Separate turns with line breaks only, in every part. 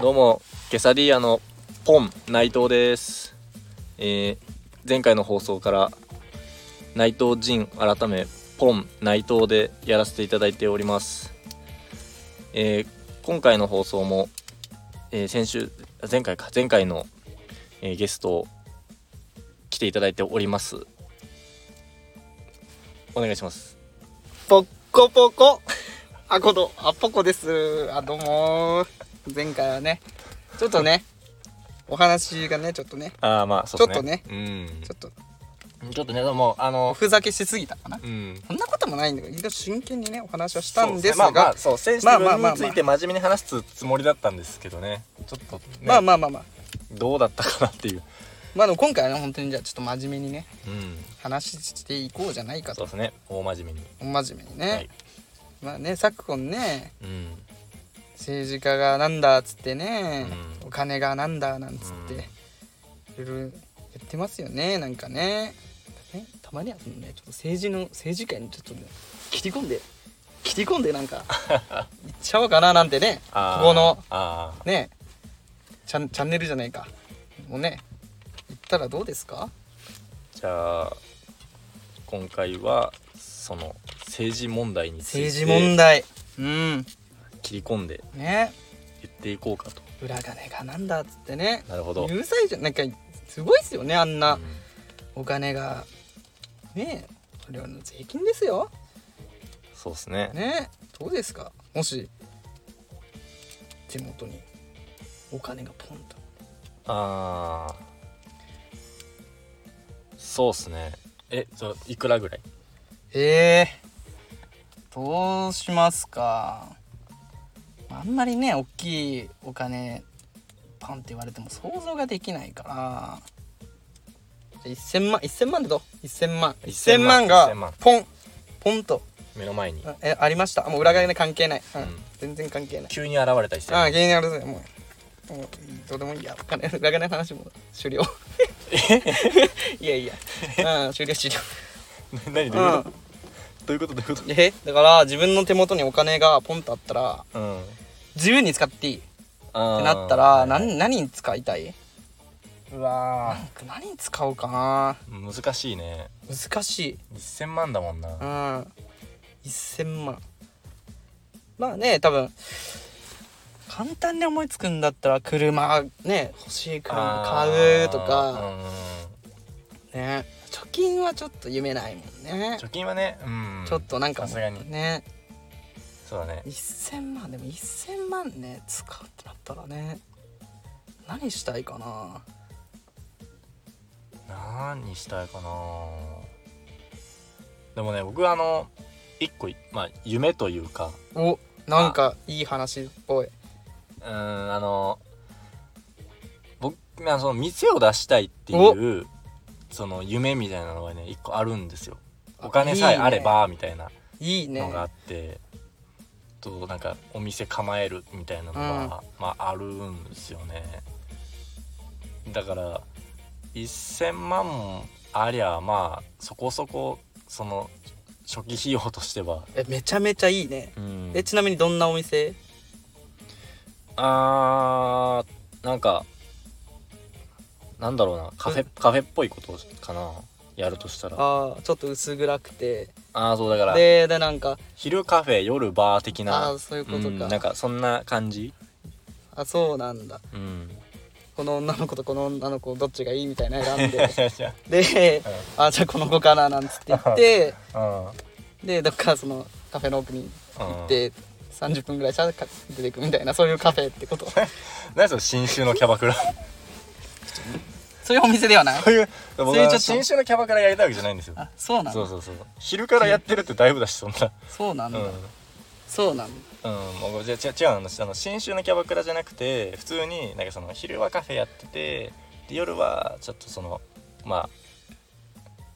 どうもケサディアのポン内藤です、えー前回の放送から内藤仁改めポン内藤でやらせていただいております、えー今回の放送も、えー先週あ前回か前回の、えーゲストを来ていただいておりますお願いします
ポッコポコあことあポコですあどうもー前回はねちょっとねお話がねちょっとね
ああまあそう
っすねちょっと
うんちょっとねもうあ
お
の
ふざけしすぎたかな
うん
そんなこともないんだけど意外と真剣にねお話をしたんで
そう
す
ねまあまあ
が
そう選手
まあまあまあまあ
について真面目に話すつもりだったんですけどねちょっと、ね
まあまあまあまあ
どうだったかなっていう、
まあでも今回はね本当にじゃあちょっと真面目にね
うん、
話していこうじゃないか
そうです
と
ね大真面目に、
真面目にね、
はい
まあね昨今ね
うん
政治家がなんだっつってね、
うん
お金がなんだなんつって、
うん
いろいろやってますよねなんかねねたまにはそのねちょっと政治の政治界にちょっとね切り込んで切り込んでなん かいっちゃおうかななんてねこ
あー
この
あー
ねチャンチャンネルじゃないかもうね言ったらどうですか
じゃあ今回はその政治問題について
政治問題うん
切り込んで
ね
言っていこうかと
裏金がなんだっつってね
なるほど、
う
うん
るさいじゃんなんかすごいっすよねあんな、お金がねえこれは税金ですよ
そうですね
ねえどうですかもし手元にお金がポンと
ああそうですねえそういくらぐらい
ええどうしますかあんまりね大きいお金パンって言われても想像ができないからじゃあ1000万1000万でどう1000万
1000
1000
万
万
1000
が
万
ポンポンと
目の前に
あえありましたもう裏金関係ない、うん
うん
全然関係ない
急に現れたりして
ああ、芸人あれですね、もう。もうどうでもいいや、 お金、裏金の話も終了。 いやいや、うん、終了終了。
何 どういうこと、どういうことどういうこと
うん、え、だから、自分の手元にお金がポンとあったら、
うんっ
自由に使っていいってなったら、何、何に使いたいう
わ
なんか何に使おうかな。
難しいね
難しい。
1000万だもんな、
うん、1000万。まあね、多分。簡単に思いつくんだったら車ね欲しい車買うとか
あー、うん
ね貯金はちょっと夢ないもんね
貯金はねうん
ちょっとなんかもう
さすがに
ね
そうだね
1000万でも1000万ね使うってなったらね何したいかな
何したいかなでもね僕あの一個いまあ夢というか
おなんかいい話っぽい
うんあの僕まあその店を出したいっていうその夢みたいなのがね一個あるんですよお金さえあればみたいない
いねいい
のがあ
ね
って、となんかお店構えるみたいなのが、
うん
まああるんですよねだから1000万もありゃまあそこそこその初期費用としては、
えめちゃめちゃいいね
うん
えちなみにどんなお店
あーなんかなんだろうなカフェ、
うん
カフェっぽいことかなやるとしたら
ああちょっと薄暗くて
ああそうだから
ででなんか
昼カフェ夜バー的
あ
な
あそういうこと
うん
か
なんかそんな感じ
あそうなんだ
うん
この女の子とこの女の子どっちがいいみたいなの選 んで
じゃ
であじゃあこの子かななんつって言って
うん
でどっかそのカフェの奥に行
行
って30分ぐらいしたらか出てくるみたいなそういうカフェってこと
何その新種のキャバク ラ
そういうお店ではない
そういう僕は
ちょっと
新種のキャバクラやりたいわけじゃないんですよ
あそうなんだ
そうそうそう昼からやってるってだいぶだしそんな
そうなん
う
だ、
んうん
そうなんだ
もうじゃじゃ違うあのあの新種のキャバクラじゃなくて普通になんかその昼はカフェやっててで夜はちょっとそのまあ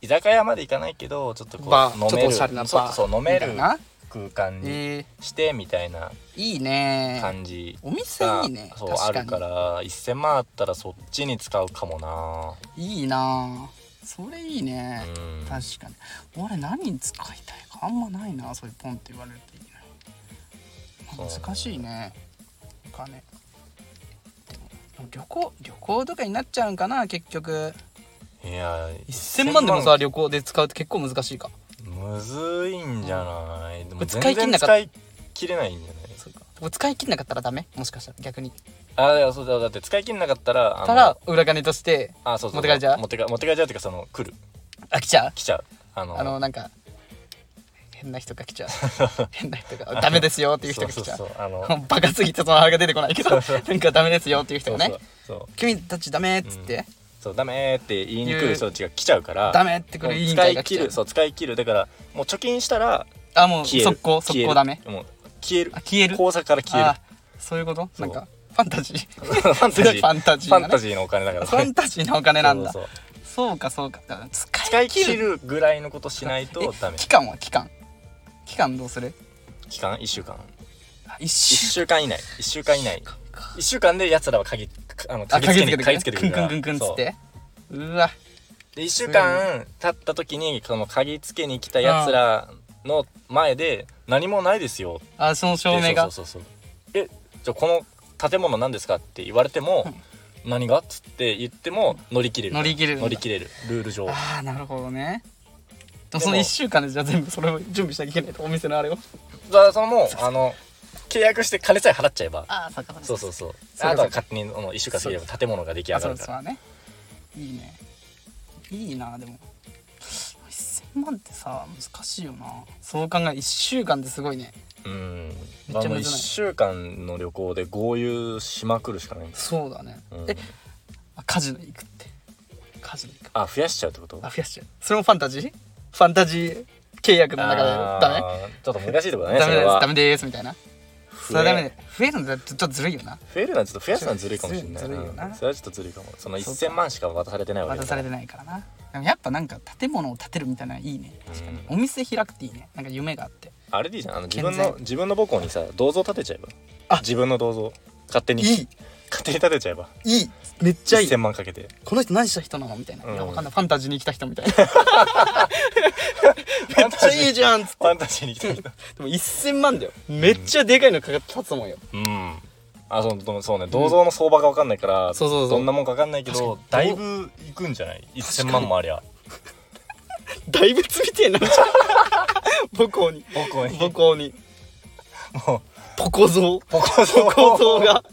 居酒屋まで行かないけどちょっとこ
バ
う
ー
飲
ちょっ
め
と
る
おしゃれなバー
そうそう飲める
みたいな
空間に
え
してみたいな
ー、いいね
感じ
お店
が
いいね
そうあ
確か
る
に
から1,000万あったらそっちに使うかもない
いなそれいいね、
うん
確かに俺何に使いたいかあんまないなそういうポンって言われるといいな
そう
難しいねお金旅行旅行とかになっちゃうんかな結局
いや
1000万でもさ旅行で使うって結構難しいか
むずいんじゃない、でも全
使い切
然
んなかっ
使い切れないんじゃない
そうかこれ使い切んなかったらダメもしかしたら逆に
あだからそうだだって使い切んなかったらあの
たら裏金として
あそうそう
持って帰っちゃう
持ってか持って帰っちゃうっていうかその来る
あ来ちゃう
来ちゃうあの
あのなんか変な人が来 ちゃう変な人がダメですよっていう人が来ちゃう
そうそうそう あの
バカすぎてそのあれが出てこないけど
そうそう
なんかダメですよっていう人がね
そうそうそう
君たちダメっつって、
そうダメーって言いに来る人たちが来ちゃうから
ダメってく
もう
る委員
使
会
い
が来
切
ちゃう
るそう使い切るだからもう貯金したら
あもう
消える
速攻
消え
速
る
攻ダメ
もう消える
あ消える
口座から消え
あそういうこと
そ
な
うん
かファンタジー
る ファンタジー
ファンタジー
ファ
な
ン
ね
タジーのお金だから
ファンタジーなお金なんだ
そうそう
そうかそうかだから
使
使
い
い
切
切る
るぐらいのことしないとダメ
え期間は期間期間どうする
期間1週間
あ一
1
週
週間以内1週間以内1週間でやつらは鍵あの
あ
鍵つけ
かけつけ
に
て
鍵つけてく
く
る
ん
から
くんくんくんっつ
そ
っ
う
てうわ
で1週間経った時にこの鍵つけに来たやつらの前で何もないですよって
あその証明が
そうそうそうそうえじゃあこの建物何ですかって言われても、何がっつって言っても乗り切れる
乗り切れるんだ
乗り切れるルール上
ああなるほどねで
で
も
も
その1週間でじゃあ全部それを準備しなきゃいけないとお店のあれを
だからそのもうあの契約して金さえ払っちゃえば
ああそうか
そうそうそう
そうかそうか
あとは勝手にあの1週間過ぎれば建物が出来上
あ
が
そう
る
で
か
す
ら
わねいいねいいなでも1000万ってさ難しいよなそう考え1週間ってすごいね
うん
めっ
あ
ちゃむずない
の1週間の旅行で豪遊しまくるしかないんです、
そうだね、
うん
えあカジノ行くってカジノ行く
あ増やしちゃうってこと
あ増やしちゃうそれもファンタジーファンタジー契約の中でダメ
あーちょっと難しいとこだね
ダ
そ
メで
れ
す
は
ダメですみたいなそれはダメで増えるのだちょっとずるいよな
増えるのはちょっと増やすのはずるいかもしれない
ずるいよな
うんそれはちょっとずるいかもその
そうか
1000万しか渡されてないわけ
渡されて
ない
ないからなでもやっぱなんか建物を建てるみたいなのいいね確かに、お店開くっていいねなんか夢があって
あれでいいじゃんあの自
健
分
全
の自分の母校にさ銅像建てちゃえば
あ
自分の銅像勝手に
いい
勝手に建てちゃえば
いいめっちゃいい
1000万かけて
この人何した人なのみたいな、
うん
いやわかんないファンタジーに来た人 みたいなめっちゃいいじゃんっつっ
ファンタジーに来た人
てでも1000万だよめっちゃでかいのかかって立つもんよ
うんあそうそうそうね銅像の相場が分かんないから、
そうそうそう
どんなもんか分かんないけど
確か
だ
に
いぶいくんじゃない1000万もありゃ
大仏みてえになっちゃう母校に
母校に
母校に
もう
ポコ像
母校像
ポコ像が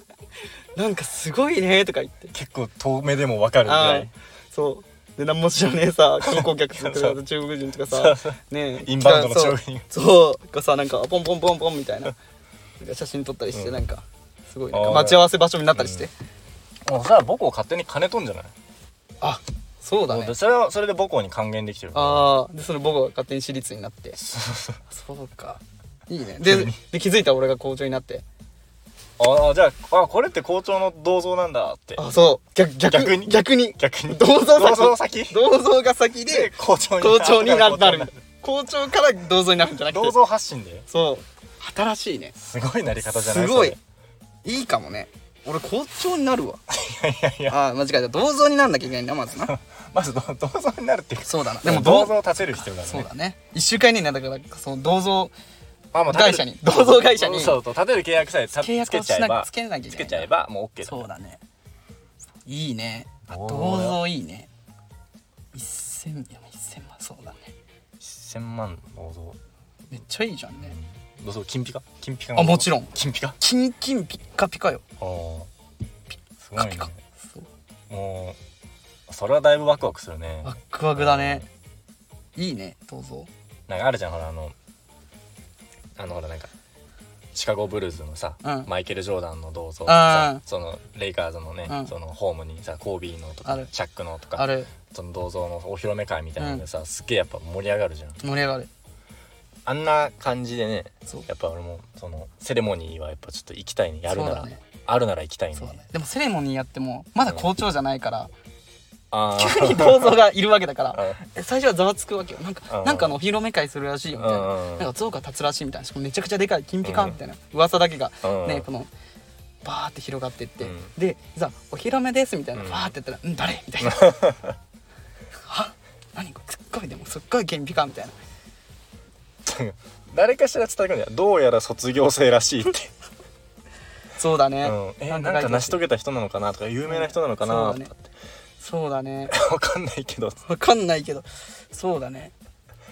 なんかすごいねとか言って
結構遠目でも分かるぐら
あ
い
そうで何も知らねえさ観光客と
そ
か
う
中国人とか
そう
さ
そう
ねえ
インバウンドの
そう
中国人
そうがさなんかポンポンポンポンみたいななんか写真撮ったりしてなんかすごいなん
あ
か
ー
待ち合わせ場所になったりして
もうさ母校勝手に金取んじゃない
あそうだ
もう
ね
でそれはそれで母校に還元できてる
ああでその母語が勝手に私立になって そうかいいねでで気づいた俺が校長になって
ああじゃああこれって校長の銅像なんだって
あそう逆逆
逆に
逆に
逆に
銅像先
銅像先
銅像が先
で
で
校長に
校長にな
後
な
から校長に
る校長から銅像になるんじゃなく
銅
て
像発信で
そう新しいね
すごいなり方じゃない
すごい
そ
いいかもね俺校長になるわ
れいやいやいや
ああ間違えた銅像になんなきゃいけないんだまずな
まず銅銅像になるっていう
そうだな
で
で
も
も
銅
銅
像
像
を立てる必要がある
そう
ね
だね一週間以内なんだからその銅像
あもう
会社に銅像会社に
そうそう立てる契約さえた
契
つ
約
け
を
ちゃ
し
え
な
ば
つけなきゃい
つけ
けない
ちゃえばもう OK だ
そうだねいいねあ
おー
銅像いいね一千いや一千万そうだね
1000万銅像
めっちゃいいじゃんね
銅像金ピカ金ピカ
あもちろん
金ピカあ
キンキンピッカピカよ
あすご
カ
い
ピ
ね
カそう
もうそれはだいぶワクワクするね
ワックワクだねいいね銅像
なんかあるじゃんほらあのあのほらなんかシカゴブルーズのさ、
うん
マイケル・ジョーダンの銅像とかさ
あ
そのレイカーズのね、
うん
そのホームにさコービーのとか
ある
チャックのと
あ
か
れ
その銅像のお披露目会みたいなのでさ、すっげえやっぱ盛り上がるじゃん
盛り上がる
あんな感じでね
そう
やっぱ俺もそのセレモニーはやっぱちょっと行きたいねやるな
そ
ら、
うだね
あるなら行きたいね
そうだねでもセレモニーやってもまだ校長じゃないから
あ
急に銅像がいるわけだか
あ
らえ最初はざわつくわけよなん
う
か
ん
なんかのお披露目会するらしいよみたいな
うん
なんか像が立つらしいみたいなしかもめちゃくちゃでかい金ピカ
うん
みたいな噂だけが
うん
ねこのバーって広がってって
うん
でさ「お披露目です」みたいな
うん
バーってやったら「うん誰?」みた いな「は何これすっごいでもすっごい金ピカ」みたいな
誰かしら伝えてくるんだよどうやら卒業生らしいって
そうだ
う
ね、
ん、え
な
なんん
か
か成し遂げた人なのかなとか有名な人なのかな
そう
と
だね
かって、
そうだね
わかんないけど
わかんないけどそうだね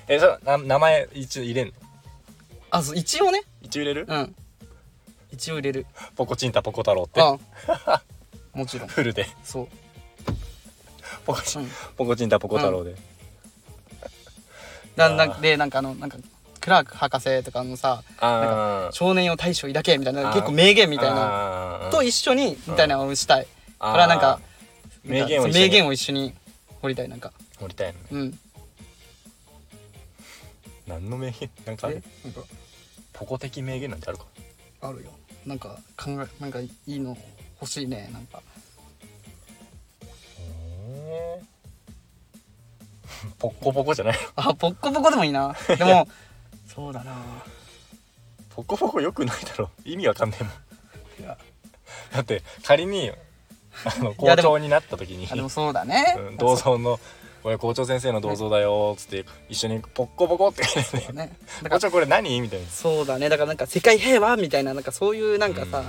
えじゃあな名前一応入れんの
あそう一応ね
一応入れる、
うん一応入れる
ポコチンタポコ太郎って
あもちろん
フルで
そう
ポコチン、
うん
ポコチンタポコ太郎で、
な
あー
なんでなんかあのなんかクラーク博士とかのさ
あー
少年よ大将抱けみたい
あ
な
ー
結構名言みたいな
あー
と一緒にみたいなのをしたい
あー
からなんか
名言を
なん
一
か
緒
名
に
言を一緒に掘りたいなんか
盛りたいのね
うん
何の名言なんかあ
え
る
なんか
ポコ的名言なんてあるか
あるよなんか考えなんかいいの欲しいねなんか
へー ポッコポコじゃない
あポッコポコでもいいなでもそうだな
ポコポコよくないだろ意味わかんねえもん
いや
だって仮にあの
いや
校
でも
長になった時に
あでもそうだね、
うん銅像の「これ校長先生の銅像だよ」っつって一緒に「ポッコポコ」って言 って
そうだ
ね
ね
校
だから
長これ何?」みたいな
そうだねだからなんか世界平和みたいななんかそういうなんかさ、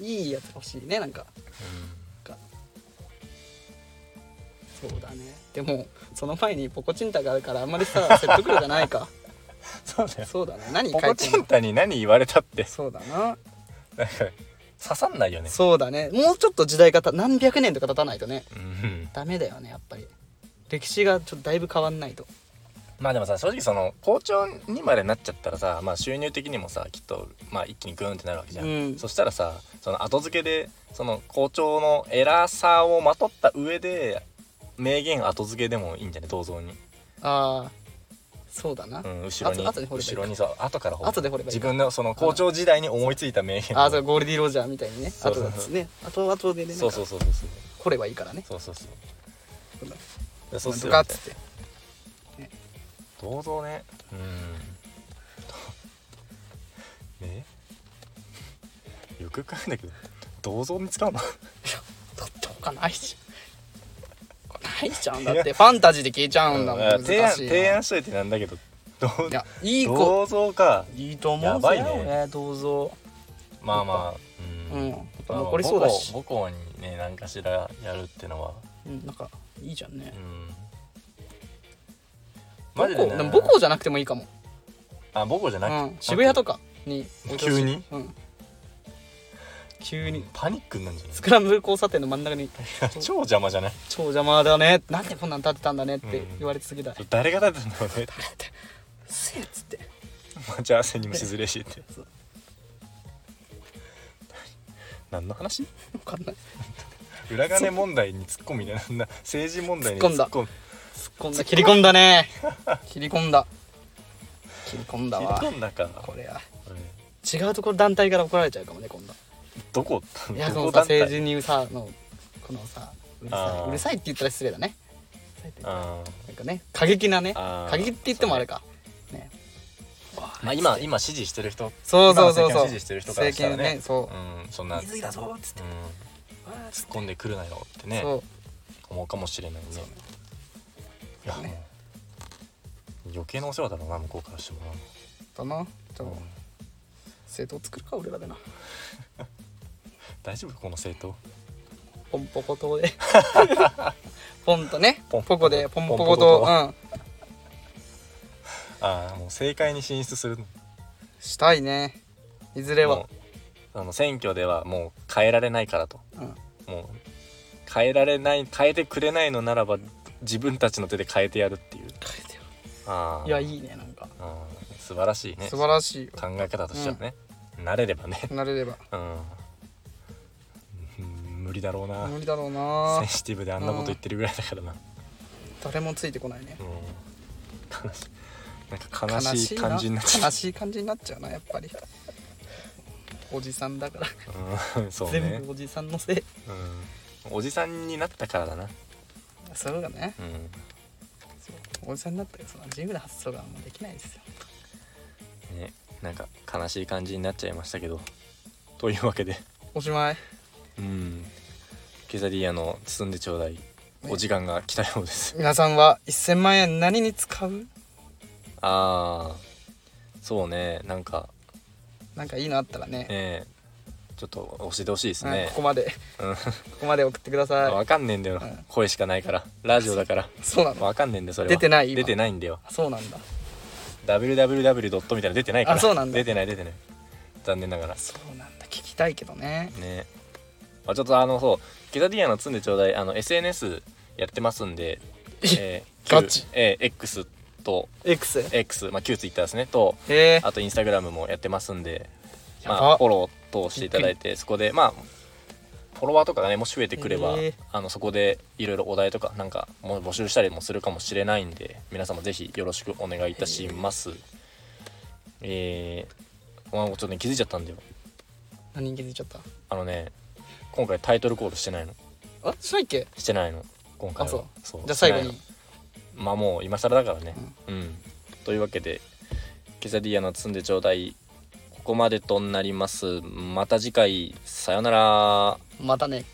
いいやつ欲しいねなんかなんかそうだねでもその前にポコチンタがあるからあんま りさ説得力がないか
そうだよ
そうだね何書
ポ
い
コ
て
チ
んの
ンタに何言われたって
そうだな
なんか刺さんないよね
そうだねもうちょっと時代がた何百年とか経たないとね
うん
ダメだよねやっぱり歴史がちょっとだいぶ変わんないと
まあでもさ正直その校長にまでなっちゃったらさ、まあ、収入的にもさきっと、まあ、一気にグーンってなるわけじゃん、
うん
そしたらさその後付けでその校長の偉さをまとった上で名言後付けでもいいんじゃない銅像に、
ああそうだな、
うん、後ろに
後後で掘ればいいか
後ろにそう後から掘
後で掘ればいい
自
か
分のその校長時代に思いついた名言を
ああそうゴールディ・ロジャーみたいにね
そ
あ
う
と
そうそう
ですねあとあとでね
そうそううそうそうそう
掘ればいいからね
そうそうそう
そうだ
でそうす
と
る
か
よ
っ
ね
つって
銅像ねうん ねよくよく考えたけど銅像に使うの
だって他ないじゃん他ないじゃんだってファンタジーで消えちゃうんだもん難しい
提
な
案提案しといてなんだけど銅
いやいい子
銅像か
いいと思うぜ
やばいね
俺銅像
まあまあうん、
うん
まあ
残りそうだし
母校母校にね何かしらやるってのは
うんなんかいいじゃんね
うん
母
マジで、
校
ね、
でも母校じゃなくてもいいかも
あ母校じゃなくて、
うん渋谷とかに置いてほしい
急に
うん急に
パニックになるんじゃ
スクランブル交差点の真ん中に
ない 超邪魔じゃない
超邪魔だねなんでこんなん建てたんだねって言われ続けたら「う
誰が立てたんだろうね
っ せえ」っつって
待ち合わせにもしずれしって
そう
何の話
分かんない
裏金問題に突っ込みたいなそ んな政治問題に
突っ込ん
突
だ
っ込む
突っ込んだ切り込んだね切り込んだ切り込んだ
切り
わ
込んだか
これは
うん
違うところ団体から怒られちゃうかもね今度
どこ
いや
どこ
そのさ
団体
政治にさのこのさうるさ
あ
い
ー
うるさいって言ったら失礼だねうるさいって言っ
あー
たなんかね過激なね
あー
過激って言ってもあれかね
まあ今今支持してる人
そうそうそ
今の
うそう
政権を支持してる人からしたらね
政権ねそう
うんそんなうん
水着だぞっつって
突っ込んでくるなよってね
そう
思うかもしれないねいや
ね
余計なお世話だろうな向こうからしてもな
だなじゃあ
うん
政党作るか俺らでな
大丈夫この政党
ポンポコ 党でポンとね
ポン
ポ
ポコ
コでポンポコ党
ポンポコ党
うん
ああもう政界に進出するの
したいねいずれは
もうあの選挙ではもう変えられないからと
うん
もう変えられない変えてくれないのならば自分たちの手で変えてやるっていう
変えてよ
ああ
いやいいねなんか
ああ素晴らしいね
素晴らしいよ
考え方としてはね、慣れればね、
なれれば
うん、うん無理だろうな
無理だろうな
センシティブであんなこと言ってるぐらいだからな、
誰もついてこないね
うん、悲しいなんか悲しい感じになっちゃ
悲
う
しい感じになっちゃうなやっぱりおじさんだから、
うん、そうね
全部おじさんのせい
うん、おじさんになったからだな、
そうだね
うん
おじさんになったらその自由な発想がもうできないですよ
ね、なんか悲しい感じになっちゃいましたけどというわけで、
おしまい
うん、ケザリアの包んでちょうだいお時間が来たようです
皆さんは1000万円何に使う
ああそうねなんか
なんかいいのあったらね
ねえちょっと教えてほしいです
うん
ね
ここまで
うん
ここまで送ってくださ
わかんねえんだよな、
うん
声しかないからラジオだから
いそうなの
わかんねえんだよそれは
出てない今
出てないんだよ
そうなんだ
www. ドットみたいなの出てないから
あそうなんだ
出てない出てない残念ながら
そうなんだ聞きたいけどね
ねまあちょっとあのそうケザディアの積んでちょうだいあの SNS やってますんで、えー旧
ガチ
えー X と
X へ
X まあ旧 Twitter ですねと
え
あとインスタグラムもやってますんで、ま
やば
あ、フォロー通していただいてそこでまあフォロワーとかがねもし増えてくれば、
へえ
あのそこでいろいろお題とかなんかもう募集したりもするかもしれないんで皆様ぜひよろしくお願いいたしますえー、まあちょっとね気づいちゃったんだよ
何気づいちゃった
あのね今回タイトルコールしてないの
あしないっけ
してないの今回は
あそう
そう
じゃあ最後
して
に
ないのまあもう今更だからねうん、というわけでケザディアの積んでちょうだいここまでとなりますまた次回さよなら
またね